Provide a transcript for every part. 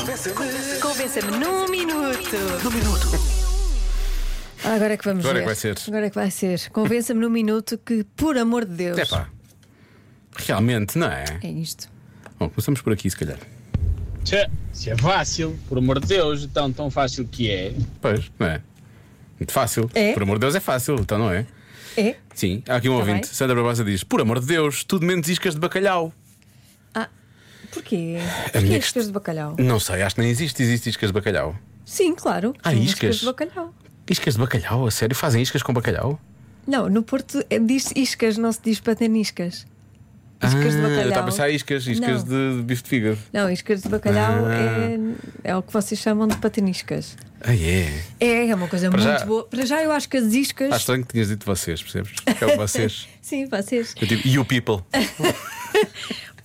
Convença-me. Convença-me num minuto. Ah, Agora é que vamos Agora ver. é que vai ser. Agora é que vai ser. Convença-me num minuto que, por amor de Deus, É pá. Realmente, não é? é isto. Bom, começamos por aqui, se calhar. Tchê, se é fácil, por amor de Deus, então tão fácil que é. Pois, não é? Muito fácil. É? Por amor de Deus, é fácil, então não é? É? Sim, há aqui um Tá ouvinte. bem. Sandra Barbosa diz: Por amor de Deus, tudo menos iscas de bacalhau. Ah, porquê? minha Porquê questão- iscas de bacalhau? Não sei, acho que nem existe, existe iscas de bacalhau. Sim, claro. Há São Ah, iscas? de bacalhau. Iscas de bacalhau? A sério? Fazem iscas com bacalhau? Não, no Porto é, diz iscas, não se diz pataniscas. Iscas de Ah, bacalhau. Eu estava a pensar iscas, iscas Não. de, de bife de fígado. Não, iscas de bacalhau Ah. é, é o que vocês chamam de pataniscas. Ah, é. Yeah. É, é uma coisa Para muito já- boa. Para já eu acho que as iscas. Acho estranho que tinhas dito vocês, percebes? É o vocês. Sim, vocês. Eu tipo, you people.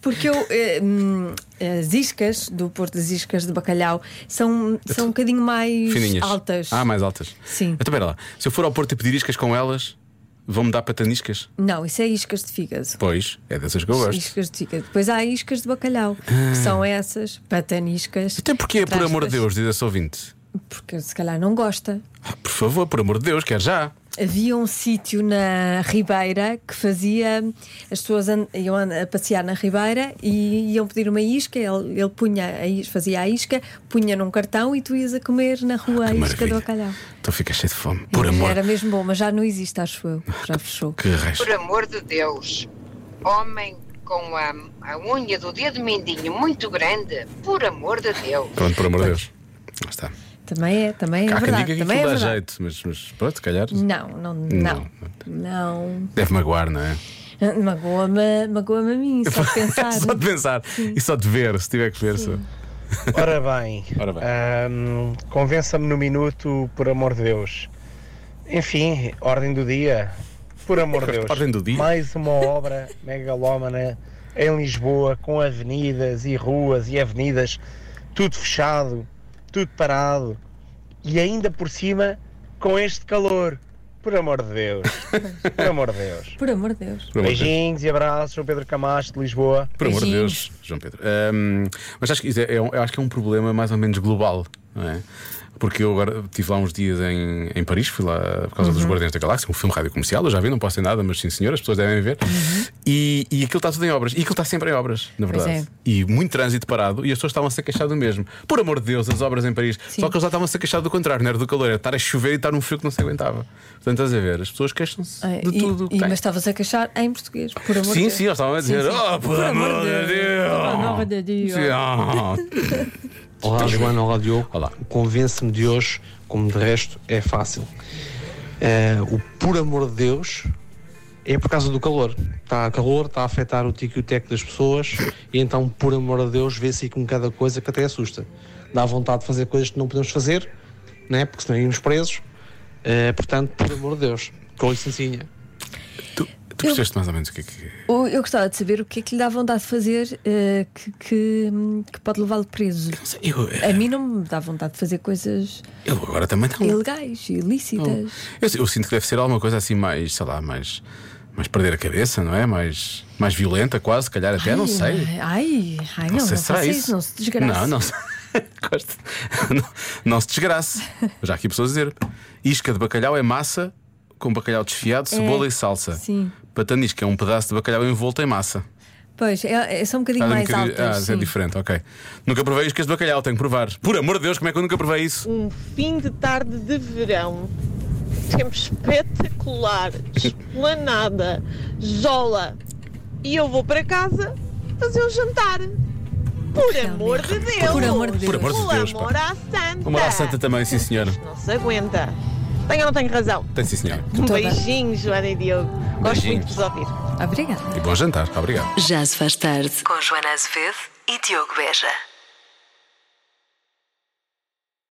Porque eu, eh, hum, as iscas do Porto das Iscas de Bacalhau são, são um bocadinho mais Fininhas. altas. Ah, mais altas. Sim. Então, pera lá. Se eu for ao Porto e pedir iscas com elas, vão-me dar pataniscas? Não, isso é iscas de fígado. Pois, é dessas que eu gosto. Ah. Iscas de fígado. Depois há iscas de bacalhau, que são essas, pataniscas. Até porque, por Entre amor de aspas. Deus, diz esse ouvinte. Porque se calhar não gosta. Ah, por favor, por amor de Deus, quer já. Havia um sítio na Ribeira que fazia. As pessoas and- iam and- a passear na Ribeira e iam pedir uma isca. Ele, ele punha a is- fazia a isca, punha num cartão e tu ias a comer na rua a isca de Maravilha. bacalhau. Então fica cheio de fome. Por Era- amor. Era mesmo bom, mas já não existe, acho eu. Já fechou. Que resto. Por amor de Deus, homem com a, a unha do dedo mindinho muito grande, por amor de Deus. Pronto, por amor de Deus. Lá está. Também é, também é Há quem verdade. diga que também é aquilo dá verdade. jeito, mas, mas pronto, se calhar Não, não, não. Não. deve magoar, não é? Magoa-me magoa a mim, só de pensar. só de pensar e só de ver, se tiver que ver. Só. Ora bem, Ora bem. ahm, convença-me no minuto, por amor de Deus. Enfim, ordem do dia, por amor de Deus. Ordem do dia? Mais uma obra megalómana em Lisboa, com avenidas e ruas e avenidas, tudo fechado, tudo parado e ainda por cima com este calor. Por amor de Deus, por amor de Deus. Por amor de Deus. Por amor de Deus. Beijinhos e abraços, João Pedro Camacho de Lisboa. Por amor de Deus, João Pedro. Ahm, mas acho que, isso é, é um- eu acho que é um problema mais ou menos global, não é? Porque eu agora estive lá uns dias em, em Paris, fui lá por causa dos Uhum. Guardiões da Galáxia, um filme rádio comercial, eu já vi, não posso ter nada, mas sim senhor, as pessoas devem ver. E, e aquilo está tudo em obras, e aquilo está sempre em obras, na Uhum. Pois verdade. é. E muito trânsito parado, e as pessoas estavam-se a queixar do mesmo. Por amor de Deus, as obras em Paris. Só que eles já estavam-se a queixar do contrário, não era do calor, era estar a chover e estar num frio que não se aguentava. Portanto, estás a ver, as pessoas queixam-se Ah, de e- tudo. e- Tem. mas estavas a queixar em português, por amor de Sim, Deus. sim, eles estavam a dizer: Sim, sim. Oh, por amor de Deus! Por amor de Deus. Sim, ah. Olá, Joana, olá, Diogo. Olá. O Convence-me de hoje, como de resto, é fácil. Eh, o por amor de Deus é por causa do calor. Está a calor, está a afetar o tico e o teco das pessoas, e então, por amor de Deus, vê-se aí com cada coisa que até assusta. Dá vontade de fazer coisas que não podemos fazer, né? porque senão íamos presos. Eh, portanto, por amor de Deus, com licencinha. Tu, tu percebeste mais ou menos o que é que. Eu, eu gostava de saber o que é que lhe dá vontade de fazer eh, que, que, hum, que pode levá-lo preso. Eu, A mim não me dá vontade de fazer coisas eu agora também não. ilegais, ilícitas. Eu, eu sinto que deve ser alguma coisa assim mais, sei lá, mais, mais perder a cabeça, não é? Mais, mais violenta, quase, se calhar até, não sei. Ai, ai, não, não, sei se será faça isso. não se desgraça. Não, não se. Gosto. Não, não se desgrace. Já aqui pessoas a dizer: isca de bacalhau é massa com bacalhau desfiado, cebola e salsa. É, sim. Patanisca é um pedaço de bacalhau envolto em massa. Pois, é, é, são um bocadinho Ah, mais nunca vi- altas. ah, sim. é diferente, ok. Nunca provei iscas de bacalhau, tenho que provar. Por amor de Deus, como é que eu nunca provei isso? um fim de tarde de verão. Sempre espetacular, esplanada, jola. E eu vou para casa fazer um jantar. Por amor de Deus! Por amor de Por amor de Pelo Deus, pá. amor à santa! Uma hora santa também, sim senhora. Não se aguenta. Tenho ou não tenho razão? Tem sim senhora. Um Toda. beijinho, Joana e Diogo. Gosto muito de vos ouvir. Obrigada. E bom jantar, obrigado. Já se faz tarde. Com Joana Azevedo e Diogo Beja.